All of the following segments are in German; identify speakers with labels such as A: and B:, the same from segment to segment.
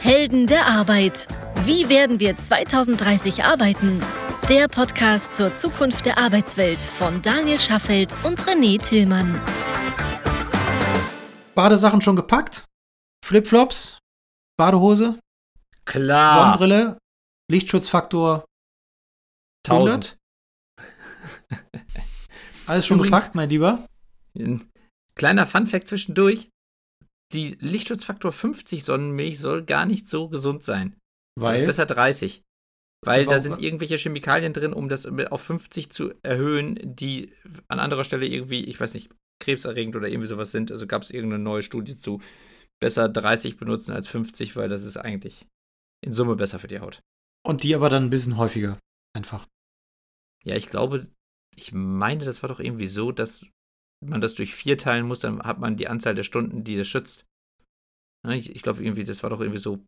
A: Helden der Arbeit. Wie werden wir 2030 arbeiten? Der Podcast zur Zukunft der Arbeitswelt von Daniel Schaffelt und René Tillmann.
B: Badesachen schon gepackt? Flipflops? Badehose? Ah.
C: Klar.
B: Sonnenbrille? Lichtschutzfaktor
C: 1000.
B: 100? Alles schon
C: Übrigens-
B: gepackt, mein Lieber?
C: Ein Kleiner Funfact zwischendurch. Die Lichtschutzfaktor 50 Sonnenmilch soll gar nicht so gesund sein. Also
B: Weil
C: Besser 30. Weil da
B: Warum-
C: sind irgendwelche Chemikalien drin, um das auf 50 zu erhöhen, die an anderer Stelle irgendwie, ich weiß nicht, krebserregend oder irgendwie sowas sind. Also gab es irgendeine neue Studie zu. Besser 30 benutzen als 50, weil das ist eigentlich in Summe besser für die Haut.
B: und die aber dann ein bisschen häufiger. Einfach.
C: Ja, ich glaube, ich meine, das war doch irgendwie so, dass man das durch vier teilen muss, dann hat man die Anzahl der Stunden, die das schützt. Ne, Ich, ich glaube, irgendwie, das war doch irgendwie so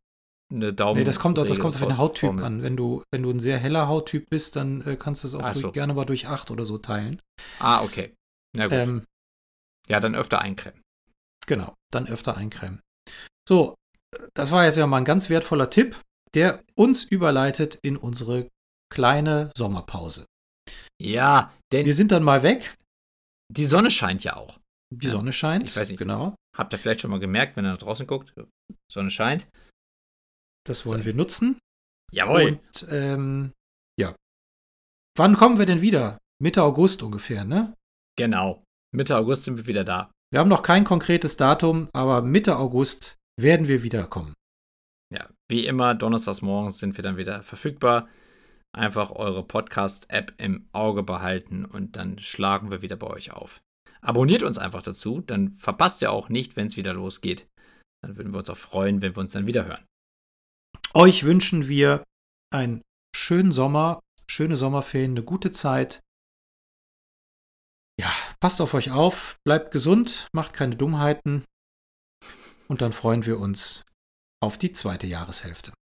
C: eine Daumen.
B: Nee, das kommt, auch- das kommt auf den Hauttyp
C: Formel.
B: an. Wenn du, wenn du ein sehr heller Hauttyp bist, dann äh, kannst du es auch
C: Ach
B: durch,
C: so.
B: gerne mal durch 8 oder so teilen.
C: Ah, okay. Na gut.
B: Ähm,
C: ja, dann öfter eincremen.
B: Genau, dann öfter eincremen. So, das war jetzt ja mal ein ganz wertvoller Tipp, der uns überleitet in unsere kleine Sommerpause.
C: Ja, denn
B: Wir sind dann mal weg,
C: die Sonne scheint ja auch.
B: die
C: Ja,
B: Sonne scheint.
C: ich weiß nicht.
B: Genau,
C: Habt ihr vielleicht schon mal gemerkt, wenn ihr nach draußen guckt? Sonne scheint.
B: das wollen wir nutzen.
C: Jawohl.
B: Und ähm, ja. Wann kommen wir denn wieder? Mitte August ungefähr, ne?
C: Genau. Mitte August sind wir wieder da.
B: Wir haben noch kein konkretes Datum, aber Mitte August werden wir wiederkommen.
C: Ja, wie immer, donnerstags morgens sind wir dann wieder verfügbar. Einfach eure Podcast-App im Auge behalten und dann schlagen wir wieder bei euch auf. Abonniert uns einfach dazu, dann verpasst ihr auch nicht, wenn es wieder losgeht. Dann würden wir uns auch freuen, wenn wir uns dann wieder hören.
B: Euch wünschen wir einen schönen Sommer, schöne Sommerferien, eine gute Zeit. Ja, passt auf euch auf, bleibt gesund, macht keine Dummheiten und dann freuen wir uns auf die zweite Jahreshälfte.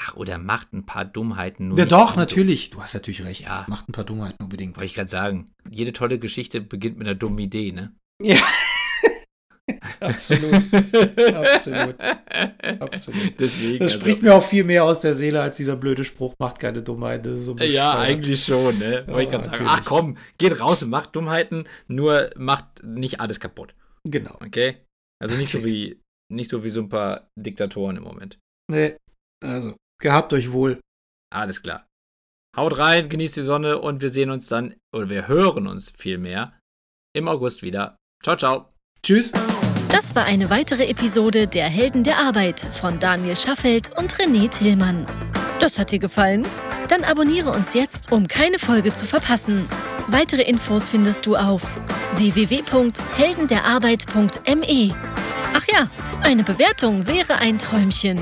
C: Ach, oder macht ein paar Dummheiten nur.
B: Ja,
C: nicht
B: doch,
C: zu dumm.
B: natürlich. Du hast natürlich recht.
C: Ja.
B: Macht ein paar Dummheiten unbedingt.
C: Wollte ich gerade sagen. Jede tolle Geschichte beginnt mit einer dummen Idee, ne?
B: Absolut. Absolut. Absolut.
C: Deswegen.
B: Das
C: also
B: spricht mir auch viel mehr aus der Seele als dieser blöde Spruch, macht keine Dummheiten. Das ist so
C: also, ja,
B: bescheuert.
C: eigentlich schon, ne? Wollte
B: Ja,
C: ich gerade sagen.
B: natürlich.
C: Ach komm, geht raus und macht Dummheiten, nur macht nicht alles kaputt.
B: Genau.
C: Okay? Also nicht so wie nicht so wie so ein paar Diktatoren im Moment.
B: Nee, also, gehabt euch wohl.
C: Alles klar. Haut rein, genießt die Sonne und wir sehen uns dann, oder wir hören uns vielmehr, im August wieder. Ciao, ciao.
B: Tschüss.
A: Das war eine weitere Episode der Helden der Arbeit von Daniel Schaffelt und René Tillmann. Das hat dir gefallen? Dann abonniere uns jetzt, um keine Folge zu verpassen. Weitere Infos findest du auf E. www.heldenderarbeit.me. Ach ja, eine Bewertung wäre ein Träumchen.